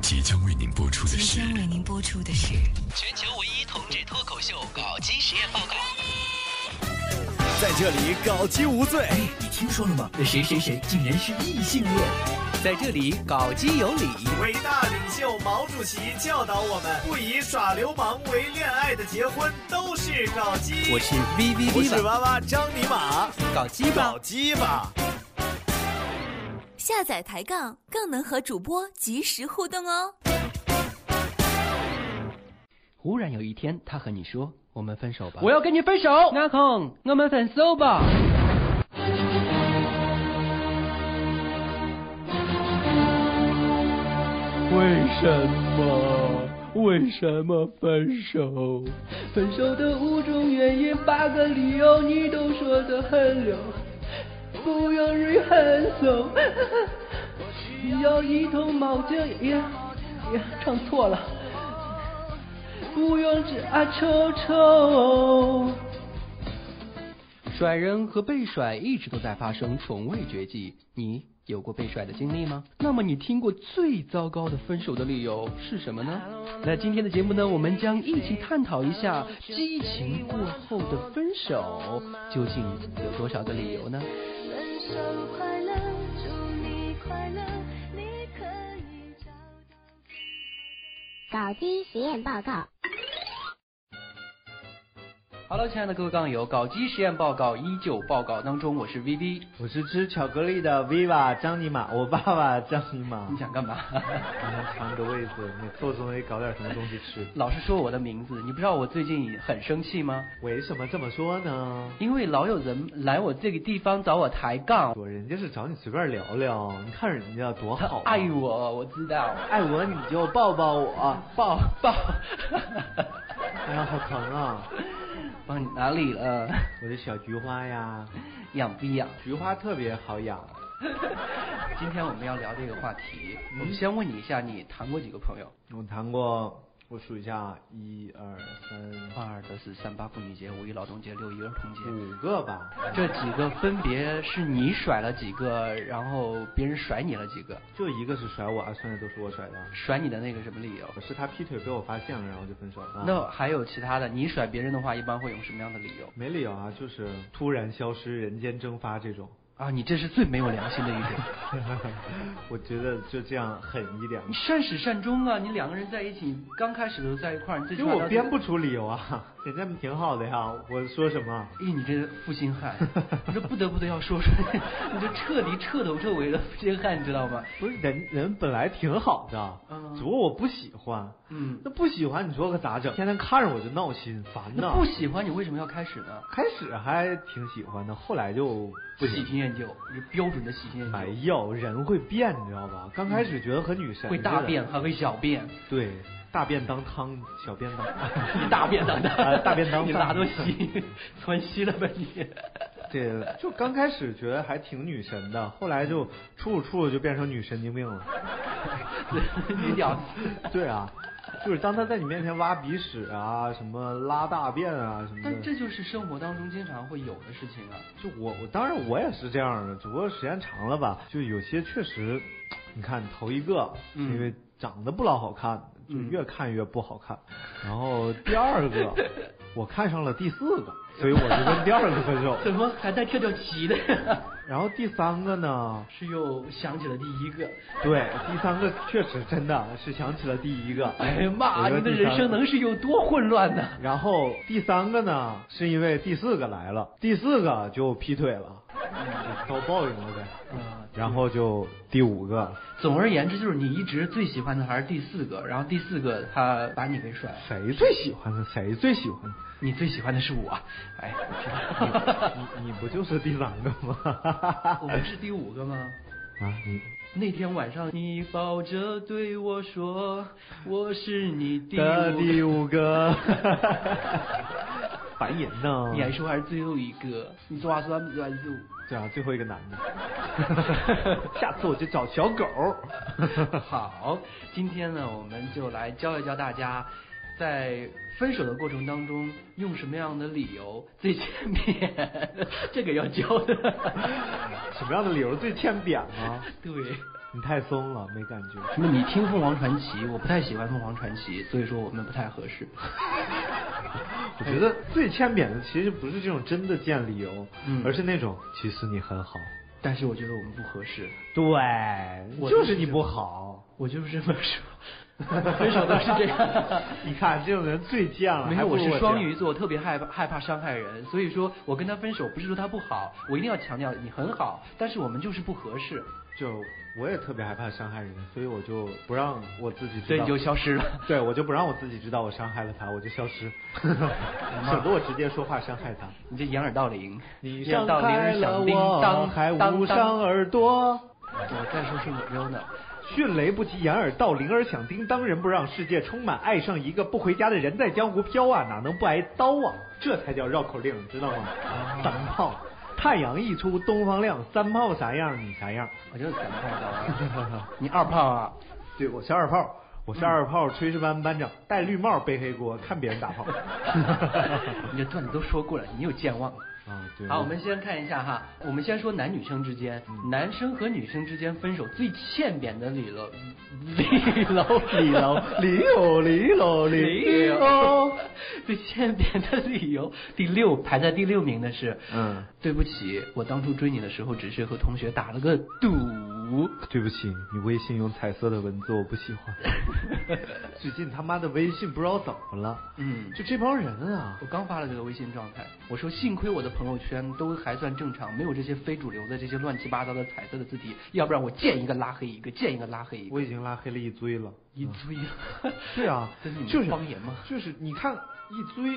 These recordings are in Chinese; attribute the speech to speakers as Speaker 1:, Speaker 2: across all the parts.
Speaker 1: 即将为您播出的
Speaker 2: 即
Speaker 1: 是
Speaker 2: 将为您播出的是
Speaker 3: 全球唯一同志脱口秀搞基实验报告。
Speaker 4: 在这里搞基无罪，
Speaker 5: 哎，你听说了吗？谁谁谁竟然是异性恋！
Speaker 3: 在这里搞基有理，
Speaker 4: 伟大领袖毛主席教导我们，不以耍流氓为恋爱的结婚都是搞基。
Speaker 3: 我是
Speaker 4: 我
Speaker 3: VVV
Speaker 4: 是
Speaker 3: 吧，
Speaker 4: 娃娃张尼玛，
Speaker 3: 搞基吧
Speaker 4: 搞。基吧。
Speaker 6: 下载抬杠，更能和主播及时互动哦。
Speaker 7: 忽然有一天，他和你说：“我们分手吧。”
Speaker 8: 我
Speaker 7: 要
Speaker 8: 要跟你分手。
Speaker 7: 那空，我们分手吧。为什么？为什么分手？分手的五种原因，八个理由，你都说的很溜，不用人很怂。需要一头毛巾，也也唱错了。不用只爱臭臭。甩人和被甩一直都在发生，从未绝迹。你有过被甩的经历吗？那么你听过最糟糕的分手的理由是什么呢？那今天的节目呢，我们将一起探讨一下激情过后的分手究竟有多少个理由呢？
Speaker 9: 分手快乐，祝你快乐，你可以找到。
Speaker 10: 搞基实验报告。
Speaker 7: Hello，亲爱的各位杠友，搞基实验报告依旧报告当中，我是 VV。
Speaker 4: 我是吃巧克力的 Viva 张尼玛，我爸爸张尼玛
Speaker 7: 你想干嘛？
Speaker 4: 尝个位子，每次总得搞点什么东西吃。
Speaker 7: 老是说我的名字，你不知道我最近很生气吗？
Speaker 4: 为什么这么说呢？
Speaker 7: 因为老有人来我这个地方找我抬杠，
Speaker 4: 我人家是找你随便聊聊，你看人家多
Speaker 7: 他
Speaker 4: 好、啊，
Speaker 7: 爱我，我知道，
Speaker 4: 爱我你就抱抱我，
Speaker 7: 抱抱，
Speaker 4: 哦哎呀，好疼啊！
Speaker 7: 帮你哪里了？
Speaker 4: 我的小菊花呀，
Speaker 7: 痒不痒？
Speaker 4: 菊花特别好养。
Speaker 7: 今天我们要聊这个话题，
Speaker 4: 嗯
Speaker 7: 我们先问你一下，你谈过几个朋友？
Speaker 4: 我谈过，我数一下啊，一二三，
Speaker 7: 二的是三八妇女节、五一劳动节、六一儿童节，
Speaker 4: 五个吧。
Speaker 7: 这几个分别是你甩了几个，然后别人甩你了几个？
Speaker 4: 就一个是甩我，啊，剩下都是我甩的。
Speaker 7: 甩你的那个什么理由？
Speaker 4: 我是他劈腿被我发现了，然后就分手了。
Speaker 7: 那还有其他的？你甩别人的话，一般会用什么样的理由？
Speaker 4: 没理由啊，就是突然消失、人间蒸发这 种。
Speaker 7: 啊，你这是最没有良心的一种。
Speaker 4: 我觉得就这样狠一点
Speaker 7: 你。善始善终啊！你两个人在一起，你刚开始的时候在一块儿，你最起
Speaker 4: 就
Speaker 7: 码
Speaker 4: 我
Speaker 7: 要
Speaker 4: 编不。出理由啊，人家挺好的呀，我说什么？
Speaker 7: 咦，哎你这负 心汉，你这不得不得要说出来，你这彻底彻头彻尾的负心汉，你知道吗？
Speaker 4: 不是人人本来挺好的，
Speaker 7: 嗯
Speaker 4: 只不过我不喜欢。
Speaker 7: 嗯
Speaker 4: 那不喜欢你说可咋整？天天看着我就闹心，烦
Speaker 7: 那
Speaker 4: 呐。
Speaker 7: 不喜欢你为什么要开始呢？
Speaker 4: 开始还挺喜欢的，后来就不
Speaker 7: 喜
Speaker 4: 行。
Speaker 7: 新厌旧，你标准的喜新厌
Speaker 4: 哎
Speaker 7: 旧，
Speaker 4: 呦，人会变，你知道吧？刚开始觉得和女神
Speaker 7: 嗯会大
Speaker 4: 似的
Speaker 7: 便，还会小便，
Speaker 4: 对，大便当汤，小便当，
Speaker 7: 你 大 便当
Speaker 4: 啊
Speaker 7: 的，
Speaker 4: 大便当
Speaker 7: 你哪都稀，窜稀了吧你？
Speaker 4: 对，就刚开始觉得还挺女神的，后来就处着处着就变成女神经病了。
Speaker 7: 你屌丝。
Speaker 4: 对啊，就是当他在你面前挖鼻屎啊，什么拉大便啊什么的
Speaker 7: 但，这就是生活当中经常会有的事情啊。
Speaker 4: 就我我当然我也是这样的，只不过时间长了吧，就有些确实，你看头一个是
Speaker 7: 嗯
Speaker 4: 因为长得不老好看，就
Speaker 7: 嗯
Speaker 4: 越看越不好看，然后第二 个我看上了第四个，所以我就跟第二个 分手，
Speaker 7: 怎么还带跳跳棋的呀？
Speaker 4: 然后第三个呢，
Speaker 7: 是又想起了第一个。
Speaker 4: 对，第三个确实真的是想起了第一个，
Speaker 7: 哎呀妈，
Speaker 4: 我就
Speaker 7: 你的
Speaker 4: 第三
Speaker 7: 人生
Speaker 4: 个
Speaker 7: 能是有多混乱呢？
Speaker 4: 然后第三个呢，是因为第四个来了，第四个就劈腿了，
Speaker 7: 嗯
Speaker 4: 就遭报应了呗。
Speaker 7: 啊，
Speaker 4: 然后就第五个
Speaker 7: 总而言之，就是你一直最喜欢的还是第四个，然后第四个他把你给甩了，
Speaker 4: 谁最喜欢的？谁最喜欢？
Speaker 7: 你最喜欢的是我，哎，我知道，
Speaker 4: 你你不就是第三个吗？
Speaker 7: 我不是第五个 吗？
Speaker 4: 啊，你
Speaker 7: 那天晚上你抱着对我说，我是你第五
Speaker 4: 的
Speaker 7: 个
Speaker 4: 第五 个，白银呢？
Speaker 7: 你还说还是最后一个，你抓酸不抓住？
Speaker 4: 对啊，最后一个男的。 下次我就找小狗。
Speaker 7: 好，今天呢，我们就来教一教大家，在分手的过程当中，用什么样的理由最见 面，这个要教的。
Speaker 4: 什么样的理由最欠扁呢？
Speaker 7: 对，
Speaker 4: 你太松了，没感觉。
Speaker 7: 什么？你听凤凰传奇，我不太喜欢凤凰传奇，所以说我们不太合适。
Speaker 4: 我觉得最欠扁的其实不是这种真的见理由，
Speaker 7: 嗯
Speaker 4: 而是那种其实你很好。
Speaker 7: 但是我觉得我们不合适，
Speaker 4: 对
Speaker 7: 我
Speaker 4: 就是你不好。
Speaker 7: 我就是这么 说，分手都是这样。
Speaker 4: 你看这种人最贱了，
Speaker 7: 没
Speaker 4: 还
Speaker 7: 有，
Speaker 4: 不
Speaker 7: 我
Speaker 4: 如
Speaker 7: 是
Speaker 4: 这样
Speaker 7: 双鱼。座，特别害怕害怕伤害人，所以说我跟他分手不是说他不好，我一定要强调你很好，但是我们就是不合适，
Speaker 4: 就我也特别害怕伤害人，所以我就不让我自己知道。
Speaker 7: 所以你就消失了。
Speaker 4: 对，我就不让我自己知道我伤害了他，我就消失，省得我直接说话伤害他。
Speaker 7: 你这掩耳盗铃，
Speaker 4: 你伤
Speaker 7: 掩耳盗铃
Speaker 4: 害
Speaker 7: 是
Speaker 4: 了
Speaker 7: 响叮
Speaker 4: 我，
Speaker 7: 当，
Speaker 4: 还
Speaker 7: 当
Speaker 4: 无伤。耳朵。
Speaker 7: 当我再说是我溜呢，
Speaker 4: 迅雷不及掩耳盗铃儿响叮当，人不让世界充满爱上一个不回家的人在江湖飘啊，哪能不挨刀啊？这才叫绕口令，知道吗？
Speaker 7: 啊
Speaker 4: 三炮，太阳一出东方亮，三炮啥样你啥样。
Speaker 7: 我就是三炮的，你二炮啊？
Speaker 4: 对，我是二炮，我是二炮炊事班班长，戴绿帽背黑锅，看别人打炮。
Speaker 7: 你这段子都说过了，你有健忘。
Speaker 4: 啊，对。
Speaker 7: 好，我们先看一下哈，我们先说男女生之间，
Speaker 4: 嗯
Speaker 7: 男生和女生之间分手最欠扁的理由，理由，
Speaker 4: 理 由，理由，理由，理由。，
Speaker 7: 最欠扁的理由。第六排在第六名的是，
Speaker 4: 嗯，
Speaker 7: 对不起，我当初追你的时候只是和同学打了个赌。
Speaker 4: 对不起，你微信用彩色的文字我不喜 欢。最近他妈的微信不知道怎么了，
Speaker 7: 嗯
Speaker 4: 就这帮人啊
Speaker 7: 我，刚发了这个微信状态，我说幸亏我的朋友圈都还算正常，没有这些非主流的这些乱七八糟的彩色的字体，要不然我见一个拉黑一个，见一个拉黑一个，嗯
Speaker 4: 我已经拉黑了一堆了。
Speaker 7: 一堆。
Speaker 4: 嗯 对 啊
Speaker 7: 这是你，们
Speaker 4: 就是
Speaker 7: 方言吗？
Speaker 4: 就是你看一堆，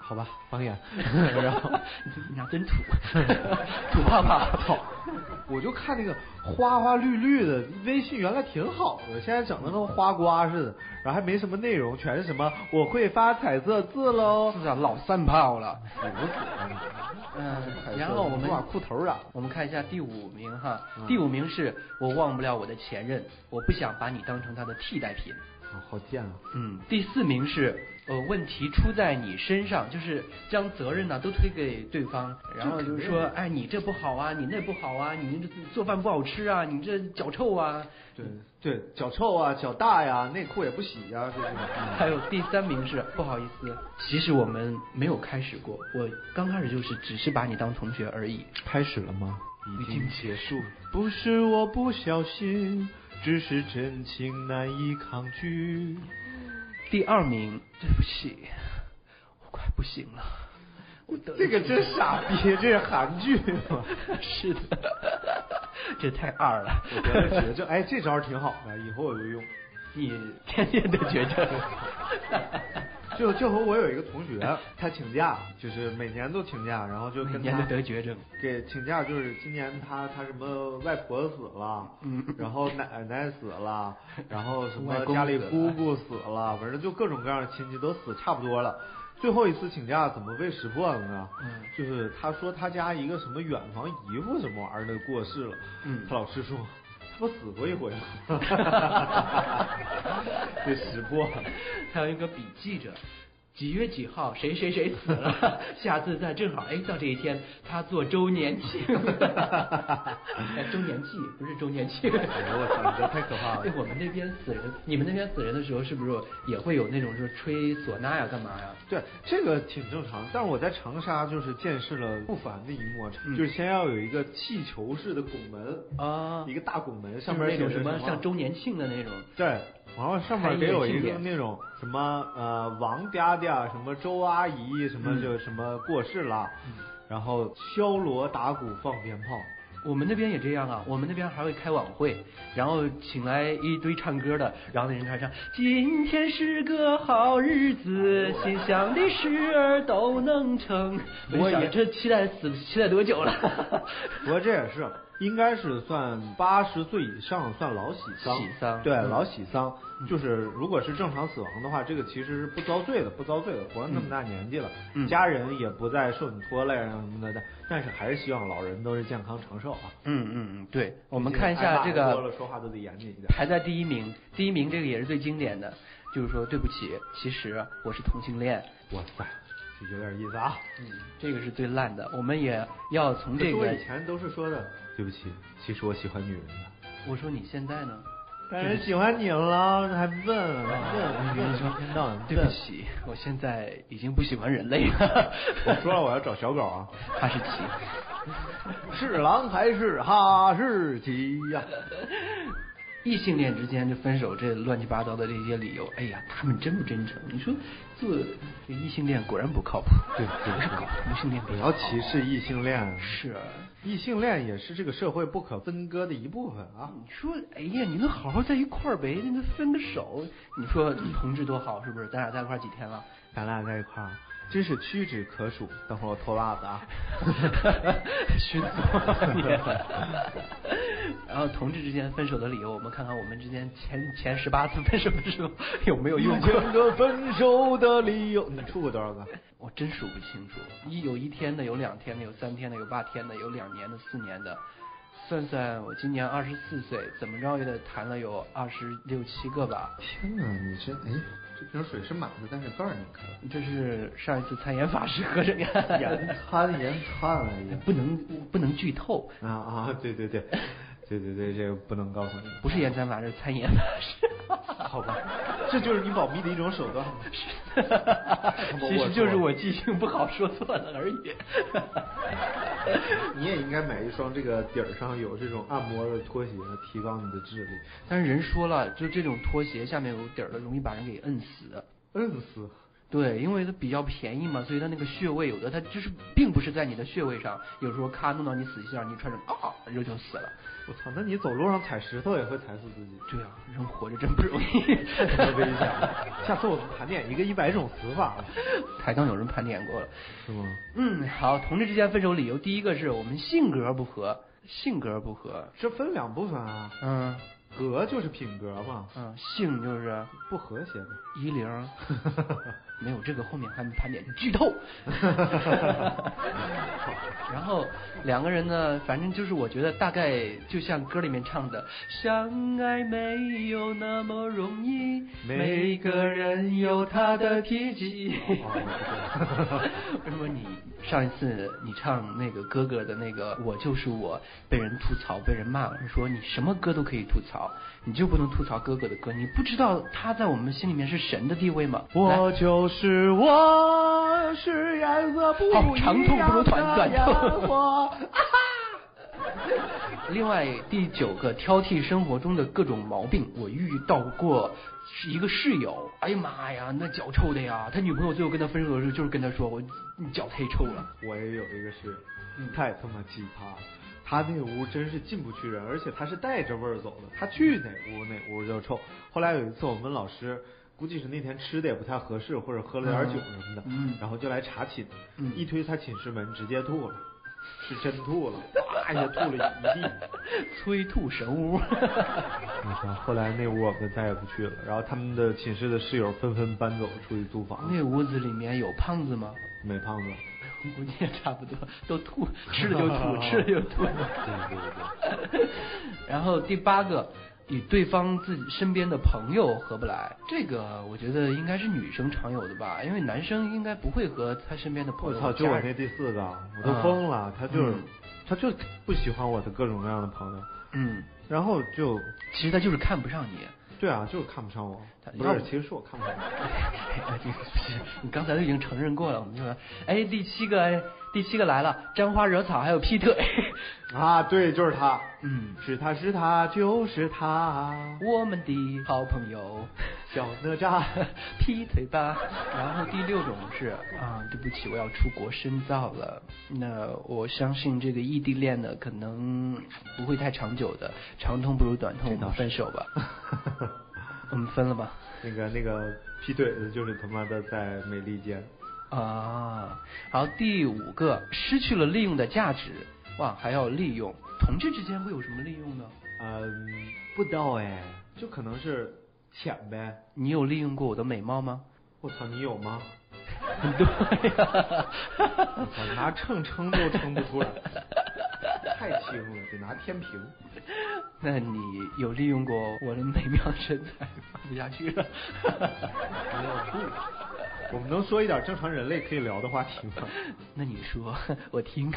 Speaker 4: 好吧，方 言， 然后。
Speaker 7: 你俩真土， 土爸 爸。
Speaker 4: 操！ 我就看那个花花绿绿的微信，原来挺好的，现在整的跟花瓜似的，然后还没什么内容，全是什么我会发彩色字喽
Speaker 7: 是，不是啊老三炮了？嗯
Speaker 4: 彩色，
Speaker 7: 然后我们
Speaker 4: 不把裤头啊嗯染。
Speaker 7: 我们看一下第五名哈，第五名是我忘不了我的前任，我不想把你当成他的替代品。
Speaker 4: 哦好贱啊！
Speaker 7: 嗯，第四名是呃，问题出在你身上，就是将责任呢、都推给对方，然后就是说，哎，你这不好啊，你那不好啊，你这做饭不好吃啊，你这脚臭啊。
Speaker 4: 对对，脚臭啊，脚大呀，内裤也不洗呀，这
Speaker 7: 还
Speaker 4: 是。
Speaker 7: 有第三名是不好意思，其实我们没有开始过，我刚开始就是只是把你当同学而已。
Speaker 4: 开始了吗？
Speaker 7: 已经结
Speaker 4: 束。不是我不小心，只是真情难以抗拒。
Speaker 7: 第二名，对不起，我快不行了，我得
Speaker 4: 这个真傻 逼，这是韩剧吗？
Speaker 7: 是的，这太二了。
Speaker 4: 我得了绝症，哎，这招儿挺好的，以后我就用。
Speaker 7: 你天天的绝症。
Speaker 4: 就就和我有一个同 学，他请假，就是每年都请假，然后就
Speaker 7: 每
Speaker 4: 跟
Speaker 7: 年
Speaker 4: 他
Speaker 7: 都得绝症。
Speaker 4: 给请假，就是今年他他什么外婆死了，
Speaker 7: 嗯
Speaker 4: 然后奶奶死了，然 后什
Speaker 7: 外
Speaker 4: 么
Speaker 7: 公
Speaker 4: 家里
Speaker 7: 死了
Speaker 4: 姑姑死了，反正就各种各样的亲戚都死差不多了。最后一次请假怎么被识破了呢？
Speaker 7: 嗯
Speaker 4: 就是他说他家一个什么远房姨父什么玩意儿的过世了，
Speaker 7: 嗯
Speaker 4: 他老师说他不死过一回吗？ 被识破了。
Speaker 7: 还有一个笔记着，几月几号谁谁谁死了，下次再正好哎到这一天他做周年庆， 哎周年祭不是周年庆。
Speaker 4: 哎呦我操，你这太可怕了
Speaker 7: 对！我们那边死人，你们那边死人的时候，是不是也会有那种就是吹唢呐呀、干嘛呀？
Speaker 4: 对，这个挺正常。但是我在长沙就是见识了不凡的一幕，啊
Speaker 7: 嗯
Speaker 4: 就是先要有一个气球式的拱门，
Speaker 7: 啊
Speaker 4: 一个大拱门，
Speaker 7: 上
Speaker 4: 上
Speaker 7: 面
Speaker 4: 面
Speaker 7: 那种
Speaker 4: 写着
Speaker 7: 什么
Speaker 4: 么
Speaker 7: 像周年庆的那种，
Speaker 4: 对，然后上面得有一个那种什么呃王嗲嗲，什么周阿姨，什么
Speaker 7: 嗯
Speaker 4: 就什么过世了，然后敲锣打鼓放鞭炮。
Speaker 7: 我们那边也这样啊，我们那边还会开晚会，然后请来一堆唱歌的，然后那人开始唱：“今天是个好日
Speaker 4: 哎
Speaker 7: 子，心想的事儿都能成。”
Speaker 4: 我
Speaker 7: 我
Speaker 4: 也
Speaker 7: 想这期待死期待多 久了？
Speaker 4: 不过这也是，应该是算八十岁以上算老喜丧。
Speaker 7: 喜丧
Speaker 4: 对，
Speaker 7: 嗯
Speaker 4: 老喜丧就是如果是正常死亡的话，这个其实是不遭罪的，不遭罪的，活了那么大年纪了，
Speaker 7: 嗯
Speaker 4: 家人也不再受你拖累啊什么的，但但是还是希望老人都是健康长寿啊。
Speaker 7: 嗯嗯嗯，对，我
Speaker 4: 我
Speaker 7: 们看一下这个
Speaker 4: 多了说话都得严谨一点。
Speaker 7: 排在第一名，第一名这个也是最经典的，就是说对不起，其实啊我是同性恋。
Speaker 4: 哇塞，这有点意思啊。
Speaker 7: 嗯，这个是最烂的，我们也要从这
Speaker 4: 我
Speaker 7: 个
Speaker 4: 以前都是说的，对不起，其实我喜欢女人的。
Speaker 7: 我说你现在呢？
Speaker 4: 当然喜欢你了，还问问问，
Speaker 7: 你说
Speaker 4: 一天到晚
Speaker 7: 啊对不
Speaker 4: 问。
Speaker 7: 起，我现在已经不喜欢人类了。
Speaker 4: 我说了我要找小狗啊，
Speaker 7: 哈士奇，
Speaker 4: 是狼还是哈士奇呀、
Speaker 7: 异性恋之间这分手这乱七八糟的这些理由，哎呀，他们真不真诚。你说做这异性恋果然不靠谱，
Speaker 4: 对对
Speaker 7: 不是靠谱，同性恋比
Speaker 4: 不要
Speaker 7: 较好
Speaker 4: 歧视异性恋，
Speaker 7: 是啊。
Speaker 4: 异性恋也是这个社会不可分割的一部分啊。
Speaker 7: 你说，哎呀，你们好好在一块儿呗，你们分个手。你说嗯同志多好，是不是？咱俩在一块儿几天了？
Speaker 4: 咱俩在一块儿，真是屈指可数。等会儿我脱袜子 啊。
Speaker 7: 寻死你！ 然后同志之间分手的理由，我们看看我们之间前前十八次分手的时候有没有用过。
Speaker 4: 个分手的理由，你出过多少个？
Speaker 7: 我真数不清楚，一有一天的，有两天的，有三天的，有八天的，有两年的，四年的。算算，我今年二十四岁，怎么着也得谈了有二十六七个吧。
Speaker 4: 天哪，你这哎，这瓶水是满的，但是盖儿拧开了。
Speaker 7: 这是上一次参演法师喝 着呀，
Speaker 4: 盐掺盐掺了也
Speaker 7: 不能不能剧透，
Speaker 4: 啊啊！对对对，对对对，这个不能告诉你。
Speaker 7: 不是盐三法师，参演法师。
Speaker 4: 好吧，这就是你保密的一种手段。
Speaker 7: 其实就是我记性不好，说错了而已。
Speaker 4: 你也应该买一双这个底儿上有这种按摩的拖鞋，提高你的智力。
Speaker 7: 但是人说了，就这种拖鞋下面有底儿的，容易把人给摁死。
Speaker 4: 摁死。
Speaker 7: 对，因为它比较便宜嘛，所以它那个穴位有的它就是并不是在你的穴位上，有时候咔弄到你死穴，你穿上啊，人就死了。
Speaker 4: 我操，那你走路上踩石头也会踩死自己，
Speaker 7: 对啊，人活着真不容易，
Speaker 4: 太他妈危险了。 下次我们盘点一个一百种死法吧，
Speaker 7: 抬杠有人盘点过了。
Speaker 4: 是吗？
Speaker 7: 嗯，好，同志之间分手理由，第一个是我们性格不合，性格不合，
Speaker 4: 这分两部分啊，
Speaker 7: 嗯
Speaker 4: 格就是品格嘛，
Speaker 7: 嗯，性就是
Speaker 4: 不和谐嘛。
Speaker 7: 一 零，没有这个后面还没盘点剧 透。然后两个人呢，反正就是我觉得大概就像歌里面唱的，相爱没有那么容易，每个人有他的脾气。
Speaker 4: 哦
Speaker 7: 为什么你上一次你唱那个哥哥的那个《我就是我》，被人吐槽，被人骂，人说你什么歌都可以吐槽，你就不能吐槽哥哥的歌？你不知道他在我们心里面是神的地位吗？来
Speaker 4: 我就是我，是颜色不一样
Speaker 7: 好
Speaker 4: 的
Speaker 7: 长痛不如短短痛
Speaker 4: 烟火
Speaker 7: 另外第九个挑剔生活中的各种毛病，我遇到过一个室友，哎呀妈呀，那脚臭的呀！他女朋友最后跟他分手的时候，就是跟他说我你脚太臭了。
Speaker 4: 我也有一个室友
Speaker 7: 嗯，
Speaker 4: 太他妈奇葩了。他那屋真是进不去人，而且他是带着味儿走的。他去哪屋哪屋就臭。后来有一次我们老师，估计是那天吃的也不太合适，或者喝了点酒什么的，
Speaker 7: 嗯
Speaker 4: 然后就来查寝，
Speaker 7: 嗯
Speaker 4: 一推他寝室门直接吐了，是真吐 了，啪一下吐了一地。
Speaker 7: 催吐神屋。
Speaker 4: 我操！后来那屋我们再也不去了，然后他们的寝室的室友纷纷搬走出去租房，
Speaker 7: 那屋子里面有胖子吗？
Speaker 4: 美胖子。
Speaker 7: 估计也差不多，都吐， 吃了就吐，吃了就吐。
Speaker 4: 对对对。
Speaker 7: 然后第八个，与对方自己身边的朋友合不来，这个我觉得应该是女生常有的吧，因为男生应该不会和他身边的朋
Speaker 4: 我
Speaker 7: 友。
Speaker 4: 操！就我那第四个，我都疯了。他就是、
Speaker 7: 嗯
Speaker 4: 他就不喜欢我的各种各样的朋友，
Speaker 7: 嗯，
Speaker 4: 然后就
Speaker 7: 其实他就是看不上 你。
Speaker 4: 对啊，就是看不上我
Speaker 7: 他。
Speaker 4: 不
Speaker 7: 要
Speaker 4: 是
Speaker 7: 不，
Speaker 4: 其实是我看不上你。
Speaker 7: 哎，这个不是你刚才都已经承认过了，我们就说，哎，第七个，哎，第七个来了，沾花惹草，还有 劈腿。
Speaker 4: 啊，对，就是他，
Speaker 7: 嗯，
Speaker 4: 是他是他就是他，
Speaker 7: 我们的好朋友。
Speaker 4: 小哪吒。
Speaker 7: 劈腿吧。然后第六种是啊，对不起，我要出国深造了。那我相信这个异地恋呢，可能不会太长久的，长痛不如短痛，我们分手吧。我们分了吧。
Speaker 4: 那个那个劈腿的就是他妈的在美利坚，
Speaker 7: 啊，然后第五个，失去了利用的价值，哇，还要利用。同志之间会有什么利用呢？
Speaker 4: 嗯，不知道哎，就可能是浅呗。
Speaker 7: 你有利用过我的美貌吗？
Speaker 4: 我操，你有吗？
Speaker 7: 很多呀。
Speaker 4: 我操，拿秤称都称不出来，太轻了，得拿天平。
Speaker 7: 那你有利用过我的美妙身材吗？ 不下去了。
Speaker 4: 没 有不，我们能说一点正常人类可以聊的话题 吗？
Speaker 7: 那你说，我听。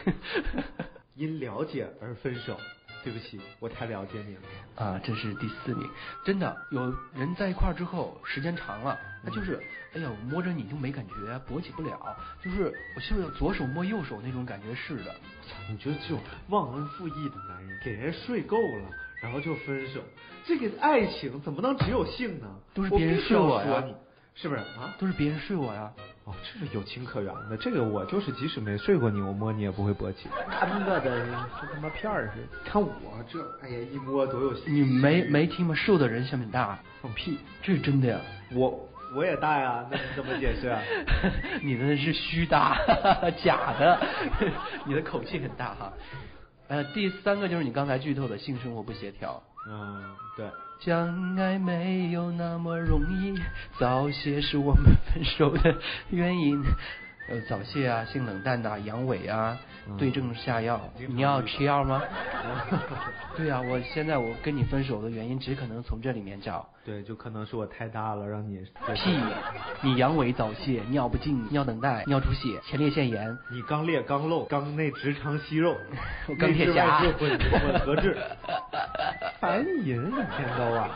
Speaker 4: 因了解而分手，对不起，我太了解你了。
Speaker 7: 啊，这是第四名，真的有人在一块儿之后，时间长了，那就是，哎呀，我摸着你就没感觉，勃起不了，就是我就是左手摸右手那种感觉似的。
Speaker 4: 你觉得这种忘恩负义的男人，给人睡够了，然后就分手，这个爱情怎么能只有性呢？
Speaker 7: 都是
Speaker 4: 我
Speaker 7: 别人
Speaker 4: 必须要
Speaker 7: 睡我呀
Speaker 4: 说你是不是啊？
Speaker 7: 都是别人睡我呀，
Speaker 4: 哦，这是有情可原的。这个我就是，即使没睡过你，我摸你也不会勃起。安的的，跟他妈片儿似的。看我这，哎呀，一摸多有
Speaker 7: 你
Speaker 4: 戏。
Speaker 7: 没没听吗？瘦的人下面大，放屁，这是真的呀。
Speaker 4: 我我也大呀，那你怎么解释啊？
Speaker 7: 你那是虚大， 假的， 你的口气很大哈。呃，第三个就是你刚才剧透的性生活不协调。
Speaker 4: 嗯，对，
Speaker 7: 相爱没有那么容易，早泄是我们分手的原因。呃，早泄啊，性冷淡呐、阳痿啊，
Speaker 4: 嗯
Speaker 7: 对症下药。
Speaker 4: 经常
Speaker 7: 你要
Speaker 4: 遇到
Speaker 7: 吃药 吗？对啊，我现在我跟你分手的原因，只可能从这里面找。
Speaker 4: 对，就可能是我太大了，让你
Speaker 7: 屁！你阳痿、早泄、尿不尽、尿等待、尿出血、前列腺炎，，
Speaker 4: 你刚裂刚漏刚那直肠息 肉
Speaker 7: 我钢铁侠
Speaker 4: 内置外置混混合 制，白银一天啊到晚，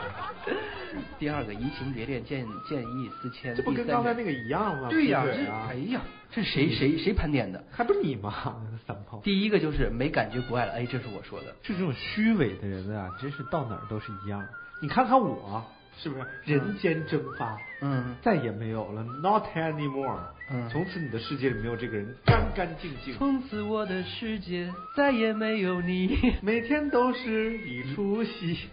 Speaker 7: 第二个移情别恋，见见异思迁。
Speaker 4: 这不
Speaker 7: 第
Speaker 4: 跟
Speaker 7: 三
Speaker 4: 刚才那个一样吗？
Speaker 7: 对呀、
Speaker 4: 劈腿
Speaker 7: 这
Speaker 4: 啊嗯
Speaker 7: 哎呀，这谁谁谁盘点的？
Speaker 4: 还不是你吗？ 三炮，
Speaker 7: 第一个就是没感觉不爱了，哎，这是我说的。
Speaker 4: 就这种虚伪的人啊，真是到哪儿都是一样。你看看我，是不是人间蒸发？
Speaker 7: 嗯，
Speaker 4: 再也没有了，not anymore。
Speaker 7: 嗯
Speaker 4: 从此你的世界里没有这个人，干干净净，
Speaker 7: 从此我的世界再也没有你。
Speaker 4: 每天都是一出戏。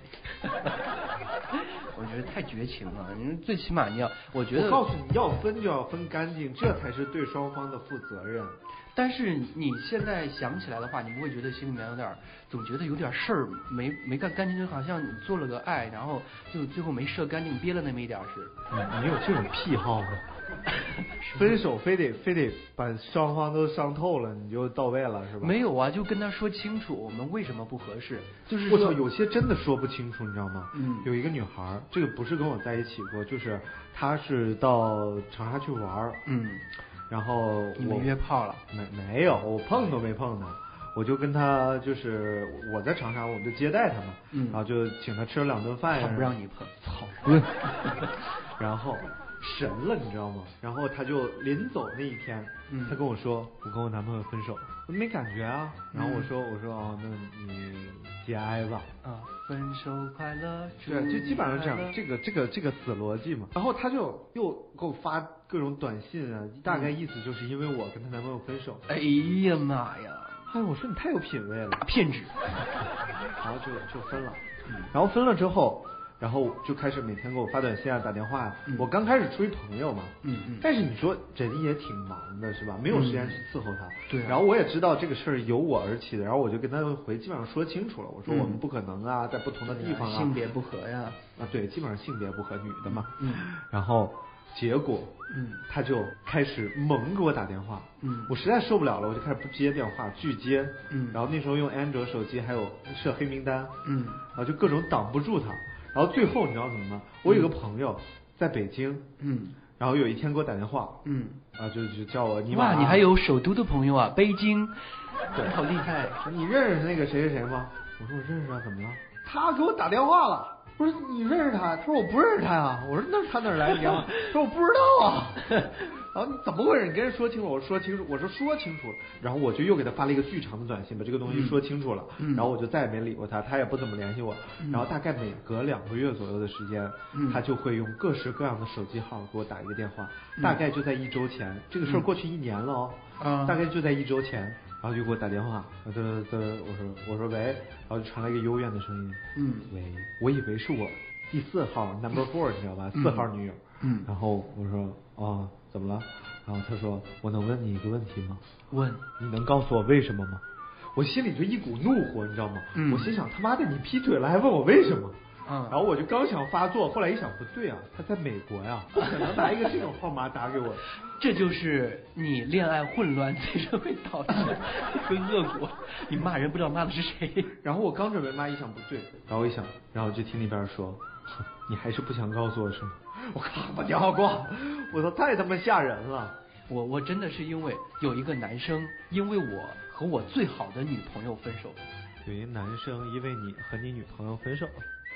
Speaker 7: 我觉得太绝情了，你最起码你要，我觉
Speaker 4: 我
Speaker 7: 得，
Speaker 4: 告诉你要分就要分干净，这才是对双方的负责任。
Speaker 7: 但是你现在想起来的话，你不会觉得心里面有点儿，总觉得有点事儿没没干干净，就好像你做了个爱，然后就最后没射干净，憋了那么一点儿是。
Speaker 4: 你你有这种癖好吗？分手非得非得把双方都伤透了，你就到位了是吧？
Speaker 7: 没有啊，就跟他说清楚我们为什么不合适，就是
Speaker 4: 我操，
Speaker 7: 说
Speaker 4: 有些真的说不清楚，你知道吗？
Speaker 7: 嗯
Speaker 4: 有一个女孩儿，这个不是跟我在一起过，就是她是到长沙去玩儿，
Speaker 7: 嗯，
Speaker 4: 然后
Speaker 7: 你
Speaker 4: 我
Speaker 7: 们约炮了，
Speaker 4: 没没有，我碰都没碰她，我就跟她就是我在长沙，我就接待她嘛，
Speaker 7: 嗯
Speaker 4: 然后就请她吃了两顿饭呀，
Speaker 7: 他不让你碰，
Speaker 4: 操滚， 然后神了，你知道吗？然后她就临走那一天，
Speaker 7: 嗯
Speaker 4: 她跟我说，我跟我男朋友分手，我没感觉啊，
Speaker 7: 嗯
Speaker 4: 然后我说、我说哦，那你节哀吧。
Speaker 7: 啊，分手快乐，
Speaker 4: 对，就基本上是这
Speaker 7: 祝你快乐
Speaker 4: 样，这个这个这个死逻辑嘛。然后他就又给我发各种短信啊，大概意思就是因为我跟她男朋友分手。
Speaker 7: 哎呀妈呀，啊
Speaker 4: 哎，我说你太有品 位了，
Speaker 7: 大骗子！
Speaker 4: 然后就就分了。
Speaker 7: 嗯
Speaker 4: 然后分了之后，然后就开始每天给我发短信啊，打电话啊。
Speaker 7: 嗯
Speaker 4: 我刚开始出于朋友嘛，
Speaker 7: 嗯嗯
Speaker 4: 但是你说人也挺忙的，是吧？没有时间去伺候他。
Speaker 7: 对啊
Speaker 4: 然后我也知道这个事儿由我而起的，然后我就跟他回基本上说清楚了，我说
Speaker 7: 嗯
Speaker 4: 我们不可能啊，在不同的地方啊，
Speaker 7: 性别不合呀，
Speaker 4: 啊，对，基本上性别不合，女的嘛。
Speaker 7: 嗯
Speaker 4: 然后结果，
Speaker 7: 嗯
Speaker 4: 他就开始猛给我打电话。
Speaker 7: 嗯
Speaker 4: 我实在受不了了，我就开始不接电话，拒接。
Speaker 7: 嗯
Speaker 4: 然后那时候用安卓手机，还有设黑名单。
Speaker 7: 嗯
Speaker 4: 然后就各种挡不住他。然后最后你知道怎么吗？我有个朋友在北京，
Speaker 7: 嗯
Speaker 4: 然后有一天给我打电话，
Speaker 7: 嗯，
Speaker 4: 啊，就就叫我尼玛
Speaker 7: 哇，
Speaker 4: 啊，
Speaker 7: 你还有首都的朋友啊，北京，
Speaker 4: 对
Speaker 7: 你好厉害！
Speaker 4: 你认识那个谁谁谁吗？我说我认识啊，怎么了？他给我打电话了。我说你认识他？他说我不认识他呀、我说那他哪儿
Speaker 7: 哎
Speaker 4: 来的电 话？他说我不知道啊。 然后你怎么回事？你跟人说清楚。我说清楚，我说说清楚了。然后我就又给他发了一个巨长的短信，把这个东西说清楚了。
Speaker 7: 嗯
Speaker 4: 然后我就再也没理过他，他也不怎么联系我。然后大概每隔两个月左右的时间，
Speaker 7: 嗯
Speaker 4: 他就会用各式各样的手机号给我打一个电话。大概就在一周前，这个事儿过去一年了哦。
Speaker 7: 嗯
Speaker 4: 大概就在一周前，然后就给我打电话，我说这我说我说喂，然后就传来一个幽怨的声音，
Speaker 7: 嗯
Speaker 4: 喂，我以为是我第四号 number four 你知道吧，四号女友，
Speaker 7: 嗯
Speaker 4: 然后我说哦怎么了？然后他说我能问你一个问题吗？
Speaker 7: 问，
Speaker 4: 你能告诉我为什么吗？我心里就一股怒火，你知道吗？
Speaker 7: 嗯
Speaker 4: 我心想他妈的你劈腿了还问我为什么？
Speaker 7: 嗯
Speaker 4: 然后我就刚想发作，后来一想不对啊，他在美国呀、不可能拿一个这种号码打 给我。
Speaker 7: 这就是你恋爱混乱最终会导致 的一个恶果。你骂人不知道骂的是谁。
Speaker 4: 然后我刚准备骂，一想不对，然后我一想，然后就听那边说，哼你还是不想告诉我是吗？我咔把电话挂，我操，太他妈吓人了！
Speaker 7: 我我真的是因为有一个男生，因为我和我最好的女朋友分手，
Speaker 4: 属于男生因为你和你女朋友分手了。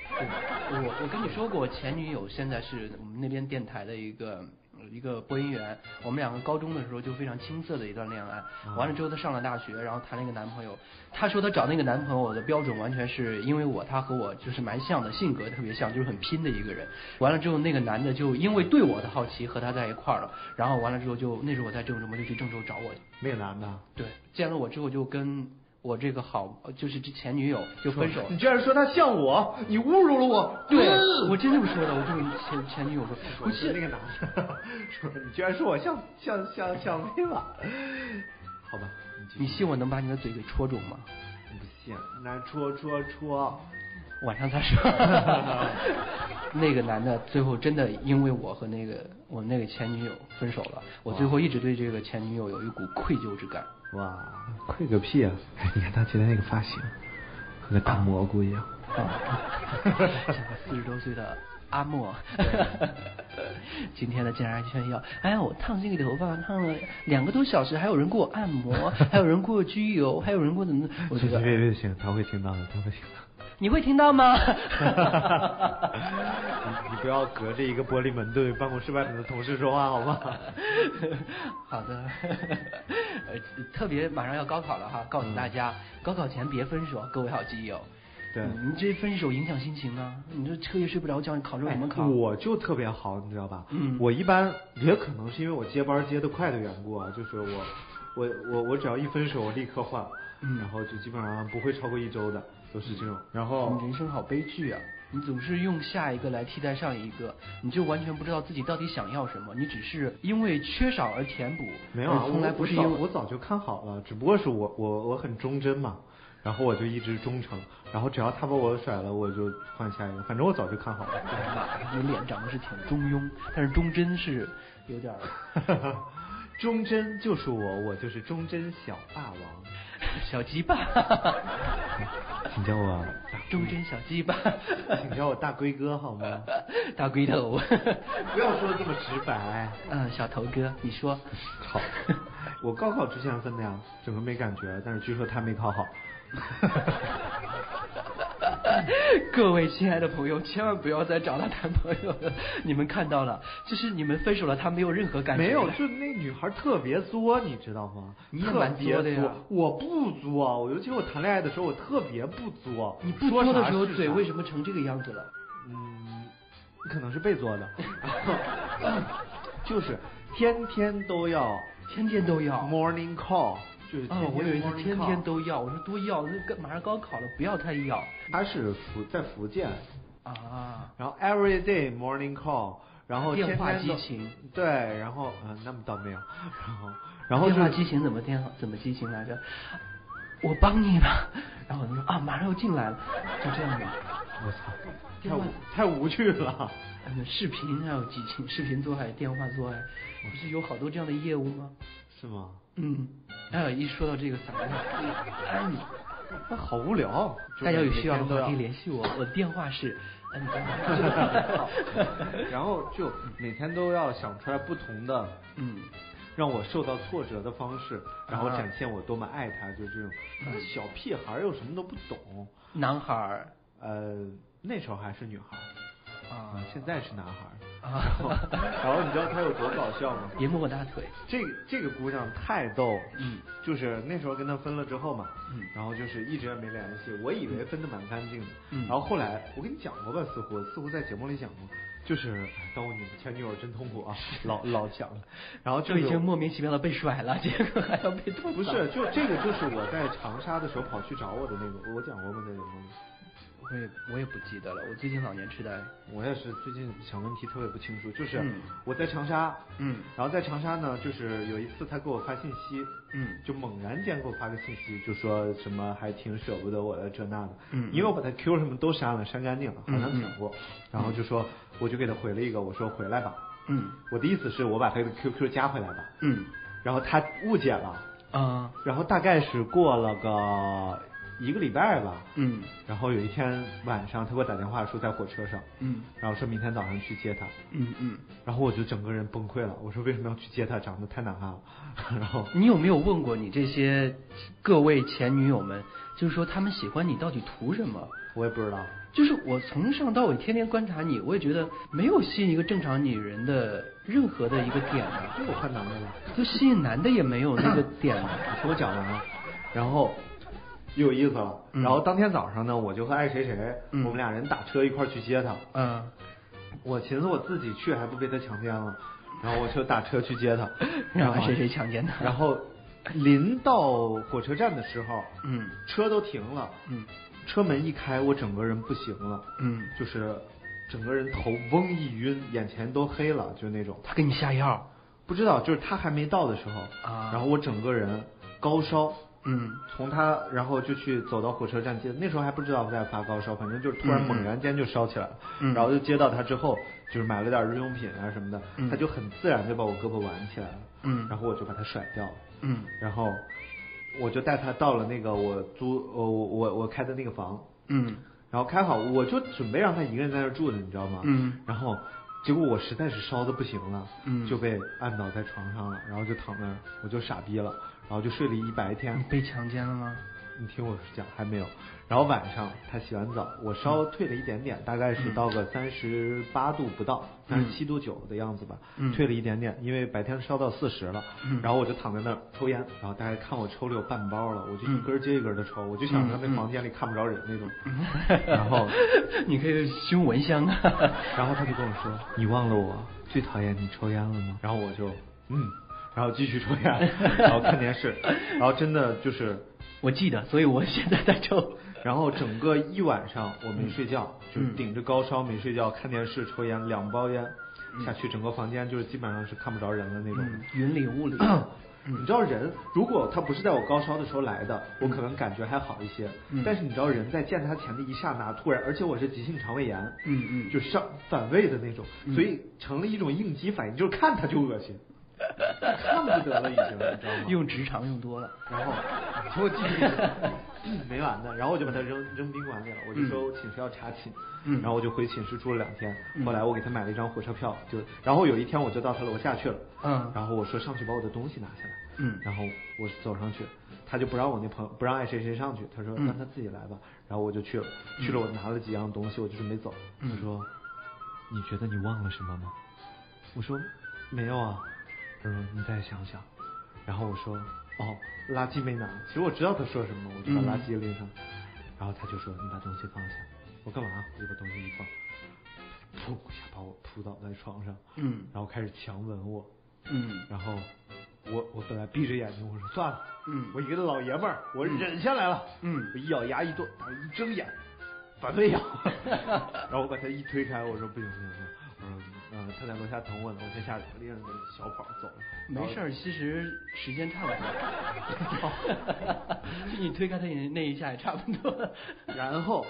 Speaker 7: 我我我跟你说过，我前女友现在是我们那边电台的一个一个播音员，我们两个高中的时候就非常青涩的一段恋爱，完了之后她上了大学，然后谈了一个男朋友，她说她找那个男朋友的标准完全是因为我，她和我就是蛮像的，性格特别像，就是很拼的一个人。完了之后，那个男的就因为对我的好奇和她在一块儿了，然后完了之后就那时候我在郑州嘛，就去郑州找我去。
Speaker 4: 那个男的啊
Speaker 7: 对，见了我之后就跟我这个好就是之前女友就 分手了。
Speaker 4: 你居然说他像我，你侮辱了我。
Speaker 7: 对
Speaker 4: 嗯，
Speaker 7: 我真这么说的，我这么前前女友说，
Speaker 4: 我
Speaker 7: 我
Speaker 4: 是
Speaker 7: 是
Speaker 4: 那个男的，说你居然说我像像像像薇吧？好吧，继续
Speaker 7: 你信我能把你的嘴给戳肿吗？
Speaker 4: 不信？那戳戳戳，
Speaker 7: 晚上再说。那个男的最后真的因为我和那个我那个前女友分手了，我最后一直对这个前女友有一股愧疚之感。
Speaker 4: 哇，愧个屁啊！哎，你看他今天那个发型，和个大蘑菇一样。
Speaker 7: 四十多岁的阿莫， 今天的健儿炫耀，哎呀，我烫这个头发烫了两个多小时，还有人给我按摩，还有人给我焗油，还有人给我怎么？我觉
Speaker 4: 别
Speaker 7: 得
Speaker 4: 别别行，他会听到的，他会听到的。
Speaker 7: 你会听到吗？
Speaker 4: 你你不要隔着一个玻璃门对办公室外面的同事说话好 吗？
Speaker 7: 好的， 呃，特别马上要高考了哈，告诉大家，高考前别分手，各位好基友。
Speaker 4: 嗯对
Speaker 7: 你这分手影响心情啊！你这彻夜睡不着觉，你考试怎么考？
Speaker 4: 哎我就特别好，你知道吧？
Speaker 7: 嗯
Speaker 4: 我一般也可能是因为我接班接的快的缘故啊，就是我我我我只要一分手，我立刻换，
Speaker 7: 嗯
Speaker 4: 然后就基本上不会超过一周的，都是这种。然后
Speaker 7: 你人生好悲剧啊！你总是用下一个来替代上一个，你就完全不知道自己到底想要什么。你只是因为缺少而填补，
Speaker 4: 没有啊，
Speaker 7: 哎而从来
Speaker 4: 我
Speaker 7: 不是
Speaker 4: 我早
Speaker 7: 因为
Speaker 4: 我早就看好了，只不过是我我我很忠贞嘛，然后我就一直忠诚，然后只要他把我甩了，我就换下一个，反正我早就看好了。
Speaker 7: 哎呀妈呀 你脸长得是挺中庸，但是忠贞是有点儿
Speaker 4: 忠贞就是我，我就是忠贞小霸王。
Speaker 7: 小鸡巴，
Speaker 4: 请叫我大，
Speaker 7: 忠贞小 鸡巴，
Speaker 4: 请叫我大龟哥好吗？
Speaker 7: 大龟头。
Speaker 4: 不要说得这么直白。
Speaker 7: 嗯，小头哥，你说，
Speaker 4: 好，我高考之前分的呀，整个没感觉，但是据说他没考好。
Speaker 7: 各位亲爱的朋友，千万不要再找她男朋友了。你们看到了，就是你们分手了，她没有任何感觉。
Speaker 4: 没有，就那女孩特别作，你知道吗？
Speaker 7: 你也
Speaker 4: 特
Speaker 7: 蛮
Speaker 4: 别
Speaker 7: 作的呀
Speaker 4: 作我不作，我尤其我谈恋爱的时候，我特别不作。
Speaker 7: 你不
Speaker 4: 说
Speaker 7: 说的
Speaker 4: 啥
Speaker 7: 时候，
Speaker 4: 是
Speaker 7: 嘴
Speaker 4: 啥
Speaker 7: 为什么成这个样子了？
Speaker 4: 嗯，可能是被作的， 就是天天都要
Speaker 7: 天天都要。
Speaker 4: morning call，就是
Speaker 7: 哦，我以为是
Speaker 4: morning
Speaker 7: 天
Speaker 4: call
Speaker 7: 天都要，我说多要，那马上高考了，不要太要
Speaker 4: 他是福在福建，
Speaker 7: 啊。
Speaker 4: 然后 every day morning call，然后天天
Speaker 7: 电话
Speaker 4: 都
Speaker 7: 激情，
Speaker 4: 对，然后嗯、那么倒没有，然后然后
Speaker 7: 电话
Speaker 4: 就是
Speaker 7: 激情怎么电话怎么激情来着？我帮你吧。然后我就说啊，马上要进来了，就这样的。
Speaker 4: 我操，太
Speaker 7: 电话
Speaker 4: 无太无趣了，
Speaker 7: 嗯，视频还有激情，视频做爱，电话做爱，不是有好多这样的业务吗？
Speaker 4: 是吗？
Speaker 7: 嗯，哎呀，一说到这个嗓子，嗯
Speaker 4: 那好无聊。
Speaker 7: 大家有需要的
Speaker 4: 每天都
Speaker 7: 话
Speaker 4: 要
Speaker 7: 可以联系我，我的电话是，嗯，
Speaker 4: 然后就每天都要想出来不同的
Speaker 7: 嗯，
Speaker 4: 让我受到挫折的方式，然
Speaker 7: 啊
Speaker 4: 后展现我多么爱他，就这种。那小屁孩儿又什么都不懂，
Speaker 7: 男孩儿
Speaker 4: 呃，那时候还是女孩儿，
Speaker 7: 啊
Speaker 4: 啊，现在是男孩儿。
Speaker 7: 啊
Speaker 4: 然 后，然后你知道他有多搞笑吗？
Speaker 7: 别摸我大腿，
Speaker 4: 这个这个姑娘太逗，
Speaker 7: 嗯，
Speaker 4: 就是那时候跟她分了之后嘛，
Speaker 7: 嗯
Speaker 4: 然后就是一直也没联系，我以为分的蛮干净的，
Speaker 7: 嗯
Speaker 4: 然后后来我跟你讲过吧，似乎似乎在节目里讲过，就是哎当我你们前女友真痛 苦啊，老老想，然后就
Speaker 7: 就
Speaker 4: 是
Speaker 7: 已经莫名其妙的被甩了，结果还要被吐槽
Speaker 4: 不是，就这个就是我在长沙的时候跑去找我的那个，我讲过吗？在节目里，
Speaker 7: 我也我也不记得了，我最近老年痴呆，
Speaker 4: 我也是最近想问题特别不清楚，就是
Speaker 7: 嗯
Speaker 4: 我在长沙，
Speaker 7: 嗯
Speaker 4: 然后在长沙呢，就是有一次他给我发信息，
Speaker 7: 嗯
Speaker 4: 就猛然间给我发个信息，就说什么还挺舍不得我的这那的，
Speaker 7: 嗯
Speaker 4: 因为我把他 Q 什么都删了，删干净了，好像
Speaker 7: 嗯嗯
Speaker 4: 讲过，然后就说我就给他回了一个，我说回来吧，
Speaker 7: 嗯
Speaker 4: 我的意思是我把他的 QQ 加回来吧，
Speaker 7: 嗯
Speaker 4: 然后他误解了。
Speaker 7: 啊
Speaker 4: 然后大概是过了个一个礼拜吧，
Speaker 7: 嗯
Speaker 4: 然后有一天晚上，他给我打电话说在火车上，
Speaker 7: 嗯
Speaker 4: 然后说明天早上去接他，
Speaker 7: 嗯嗯，
Speaker 4: 然后我就整个人崩溃了，我说为什么要去接他？长得太难看了， 然后
Speaker 7: 你有没有问过你这些各位前女友们，就是说他们喜欢你到底图什么？
Speaker 4: 我也不知道，
Speaker 7: 就是我从上到尾天天观察你，我也觉得没有吸引一个正常女人的任何的一个点呢，
Speaker 4: 这哎我看男的了，
Speaker 7: 就吸引男的也没有那个点呢。
Speaker 4: 你听我讲完啊，然后又有意思了，
Speaker 7: 嗯
Speaker 4: 然后当天早上呢，我就和爱谁谁，
Speaker 7: 嗯
Speaker 4: 我们俩人打车一块儿去接他，
Speaker 7: 嗯，
Speaker 4: 我寻思我自己去还不被他强奸了，然后我就打车去接 他，
Speaker 7: 然
Speaker 4: 然
Speaker 7: 后
Speaker 4: 后
Speaker 7: 谁谁强奸的？
Speaker 4: 然后临到火车站的时候，
Speaker 7: 嗯
Speaker 4: 车都停了，
Speaker 7: 嗯
Speaker 4: 车门一开，我整个人不行了，
Speaker 7: 嗯，
Speaker 4: 就是整个人头嗡一晕，眼前都黑了，就那种。
Speaker 7: 他给你下药。
Speaker 4: 不知道，就是他还没到的时候，
Speaker 7: 啊
Speaker 4: 然后我整个人高烧，
Speaker 7: 嗯
Speaker 4: 从他然后就去走到火车站接，那时候还不知道在发高烧，反正就是突然
Speaker 7: 嗯嗯
Speaker 4: 猛然间就烧起来了，
Speaker 7: 嗯
Speaker 4: 然后就接到他之后，就是买了点日用品啊什么的，
Speaker 7: 嗯
Speaker 4: 他就很自然就把我胳膊挽起来了，
Speaker 7: 嗯
Speaker 4: 然后我就把他甩掉了，
Speaker 7: 嗯
Speaker 4: 然后我就带他到了那个我租呃我我我开的那个房，
Speaker 7: 嗯
Speaker 4: 然后开好，我就准备让他一个人在那儿住的，你知道吗？
Speaker 7: 嗯
Speaker 4: 然后结果我实在是烧的不行了，
Speaker 7: 嗯
Speaker 4: 就被按倒在床上了，然后就躺那儿，我就傻逼了，然后就睡了一白天
Speaker 7: 你。被强奸了吗？
Speaker 4: 你听我讲，还没有。然后晚上他洗完澡，我烧退了一点点，大概是到个三十八度不到，三
Speaker 7: 嗯
Speaker 4: 十七度九的样子吧，
Speaker 7: 嗯
Speaker 4: 退了一点点，因为白天烧到四十了。
Speaker 7: 嗯
Speaker 4: 然后我就躺在那儿抽烟，然后大家看我抽了有半包了，我就一
Speaker 7: 嗯
Speaker 4: 根儿接一根的抽，我就想让那
Speaker 7: 嗯嗯
Speaker 4: 房间里看不着人那种。 然后
Speaker 7: 你可以熏蚊香啊。
Speaker 4: 然后他就跟我说：“你忘了我最讨厌你抽烟了吗？”然后我就嗯，然后继续抽烟，然后看电视，然后真的就是，
Speaker 7: 我记得，所以我现在在抽。
Speaker 4: 然后整个一晚上我没睡觉，
Speaker 7: 嗯
Speaker 4: 就是顶着高烧没睡觉，看电视、抽烟，两包烟下去，整个房间就是基本上是看不着人的那种。
Speaker 7: 嗯，云里雾里。
Speaker 4: 你知道人，如果他不是在我高烧的时候来的，我可能感觉还好一些。
Speaker 7: 嗯
Speaker 4: 但是你知道，人在见他前的一刹那，突然，而且我是急性肠胃炎，
Speaker 7: 嗯嗯
Speaker 4: 就上反胃的那种，所以成了一种应激反应，就是看他就恶 心，看不得了已经，你知道吗？
Speaker 7: 用职场用多了。
Speaker 4: 然后你听我继续讲没完的，然后我就把他扔扔宾馆里了，我就说我寝室要查寝，
Speaker 7: 嗯
Speaker 4: 然后我就回寝室住了两天，
Speaker 7: 嗯
Speaker 4: 后来我给他买了一张火车票，就然后有一天我就到他楼下去了，
Speaker 7: 嗯
Speaker 4: 然后我说上去把我的东西拿下来，
Speaker 7: 嗯
Speaker 4: 然后我走上去，他就不让我那朋友不让爱谁谁上去，他说
Speaker 7: 嗯
Speaker 4: 让他自己来吧，然后我就去了，去了我拿了几样东西，我就准备走，
Speaker 7: 嗯
Speaker 4: 他说你觉得你忘了什么吗？我说没有啊。他说你再想想。然后我说哦，垃圾没拿。其实我知道他说什么，我就把
Speaker 7: 嗯
Speaker 4: 垃圾拎上。然后他就说你把东西放下。我干嘛？我就把东西一放，噗一下把我扑倒在床上，
Speaker 7: 嗯
Speaker 4: 然后开始强吻我。
Speaker 7: 嗯
Speaker 4: 然后我我本来闭着眼睛，我说算了，
Speaker 7: 嗯
Speaker 4: 我一个老爷们儿，我忍下来了，
Speaker 7: 嗯
Speaker 4: 我一咬牙一跺，一睁眼，反胃药， 然后我把他一推开，我说不行不行不行，我说嗯、呃他在楼下等我呢，我先下去，我拎着小跑走了，
Speaker 7: 没事儿，其实时间差不 多。就你推开他那那一下也差不多。
Speaker 4: 然后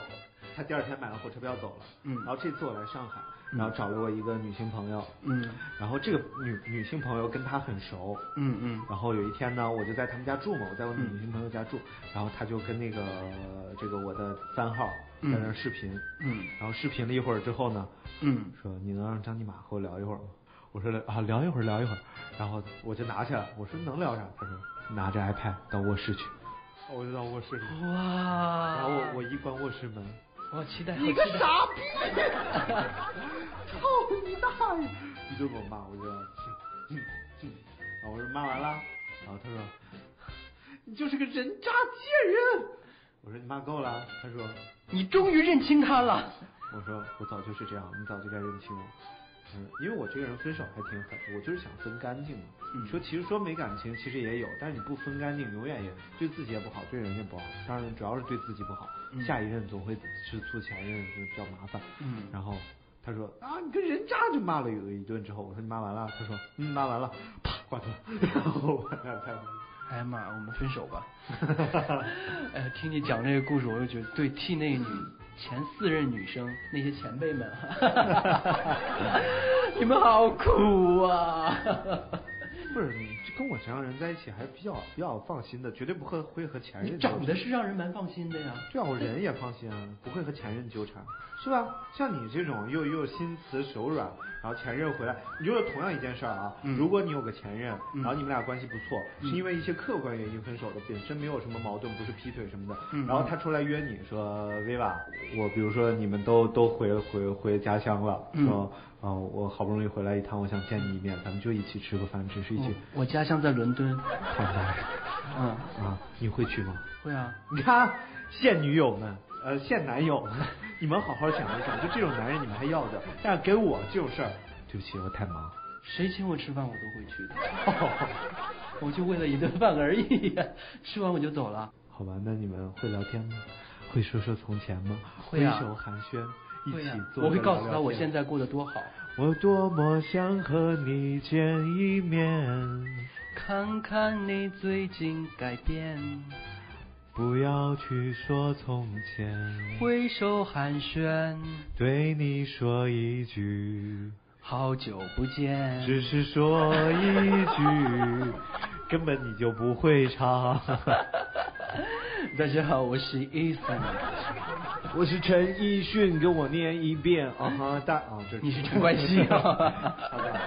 Speaker 4: 他第二天买了火车票走了，
Speaker 7: 嗯
Speaker 4: 然后这次我来上海，然后找了我一个女性朋友，
Speaker 7: 嗯
Speaker 4: 然后这个女女性朋友跟他很熟，
Speaker 7: 嗯嗯
Speaker 4: 然后有一天呢，我就在他们家住嘛，我在我女性朋友家住，然后他就跟那个这个我的三号在
Speaker 7: 嗯
Speaker 4: 那儿视频，
Speaker 7: 嗯
Speaker 4: 然后视频了一会儿之后呢，
Speaker 7: 嗯
Speaker 4: 说你能让张尼玛和我聊一会儿吗？我说啊，聊一会儿，聊一会儿，然后我就拿起来，我说能聊啥？他说拿着 iPad 到卧室去，哦啊我就到卧室里，
Speaker 7: 哇！
Speaker 4: 然后我我一关卧室门，
Speaker 7: 我期待你个傻逼！
Speaker 4: 一顿给我骂，我就嗯嗯嗯，然后我说骂完了，然后他说你就是个人渣贱人，我说你骂够了，他说
Speaker 7: 你终于认清他了。
Speaker 4: 我说我早就是这样，你早就该认清我。嗯，因为我这个人分手还挺狠，我就是想分干净嘛。
Speaker 7: 嗯
Speaker 4: 你说其实说没感情，其实也有，但是你不分干净，永远也对自己也不好，对人也不好。当然，主要是对自己不好，
Speaker 7: 嗯
Speaker 4: 下一任总会吃醋，前任就比较麻烦。
Speaker 7: 嗯
Speaker 4: 然后他说啊，你个人渣，就骂了有一顿之后，我说你骂完了，他说嗯，骂完了，啪挂断， 然后我俩才
Speaker 7: 哎呀妈，我们分手吧。 哎呀，听你讲这个故事，我就觉得对，替那个女前四任女生那些前辈们， 你们好苦啊！
Speaker 4: 不是你这跟我想让人在一起还比较比较放心的，绝对不会会和前
Speaker 7: 你
Speaker 4: 任。
Speaker 7: 长得是让人蛮放心的呀。
Speaker 4: 对啊，我人也放心啊，不会和前任纠缠，是吧？像你这种又又心慈手软，然后前任回来，你就同样一件事儿啊。
Speaker 7: 嗯
Speaker 4: 如果你有个前任，
Speaker 7: 嗯
Speaker 4: 然后你们俩关系不错，
Speaker 7: 嗯
Speaker 4: 是因为一些客观原因分手的，本身没有什么矛盾，不是劈腿什么的。
Speaker 7: 嗯
Speaker 4: 然后他出来约你说，Viva，我比如说你们都都回回回家乡了，
Speaker 7: 嗯
Speaker 4: 说，嗯、我好不容易回来一趟，我想见你一面，咱们就一起吃个饭，只是一起。
Speaker 7: 我家乡在伦敦。
Speaker 4: 好的。
Speaker 7: 嗯，
Speaker 4: 啊，你会去吗？
Speaker 7: 会啊。
Speaker 4: 你看，现女友们，呃，现男友们， 你们好好想一想，就这种男人你们还要的，但是给我这种事儿，对不起，我太忙。
Speaker 7: 谁请我吃饭我都会去的。 我就为了一顿饭而已，吃完我就走了。
Speaker 4: 好吧，那你们会聊天吗？会啊说说从前吗？
Speaker 7: 会啊
Speaker 4: 挥手寒暄，一
Speaker 7: 会
Speaker 4: 起
Speaker 7: 呀
Speaker 4: 坐、
Speaker 7: 我会告诉他我现。在过得多好。
Speaker 4: 我多么想和你见一面，
Speaker 7: 看看你最近改变，
Speaker 4: 不要去说从前，
Speaker 7: 挥手寒暄，
Speaker 4: 对你说一句。
Speaker 7: 好久不见。
Speaker 4: 只是说一 句，根本你就不会唱。
Speaker 7: 大家好，我是 Ethan，
Speaker 4: 我是陈奕迅，跟我念一遍啊哈，大啊，这
Speaker 7: 你是陈冠希 啊。
Speaker 4: 好的，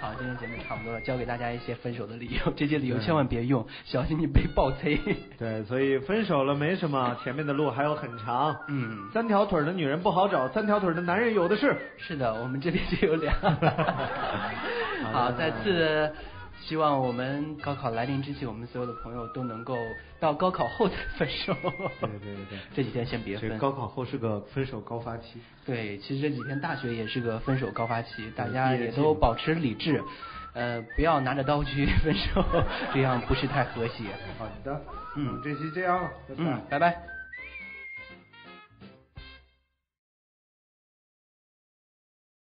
Speaker 7: 好，今天节目差不多了，教给大家一些分手的理由，这些理由千万别用，小心你被爆催。
Speaker 4: 对，所以分手了没什么，前面的路还有很长。
Speaker 7: 嗯
Speaker 4: 三条腿儿的女人不好找，三条腿儿的男人有的是。
Speaker 7: 是的，我们这边就有俩。 好，再次希望我们高考来临之际，我们所有的朋友都能够到高考后再分手。
Speaker 4: 对对对对
Speaker 7: 这几天先别
Speaker 4: 这
Speaker 7: 分。
Speaker 4: 高考后是个分手高发期。
Speaker 7: 对，其实这几天大学也是个分手高发期，大家
Speaker 4: 呃毕业
Speaker 7: 也
Speaker 4: 季
Speaker 7: 都
Speaker 4: 嘛
Speaker 7: 保持理智，呃，不要拿着刀去 分手，这样不是太和谐。
Speaker 4: 好的，
Speaker 7: 嗯
Speaker 4: 我们这期这样了，拜拜。
Speaker 7: 嗯，拜拜。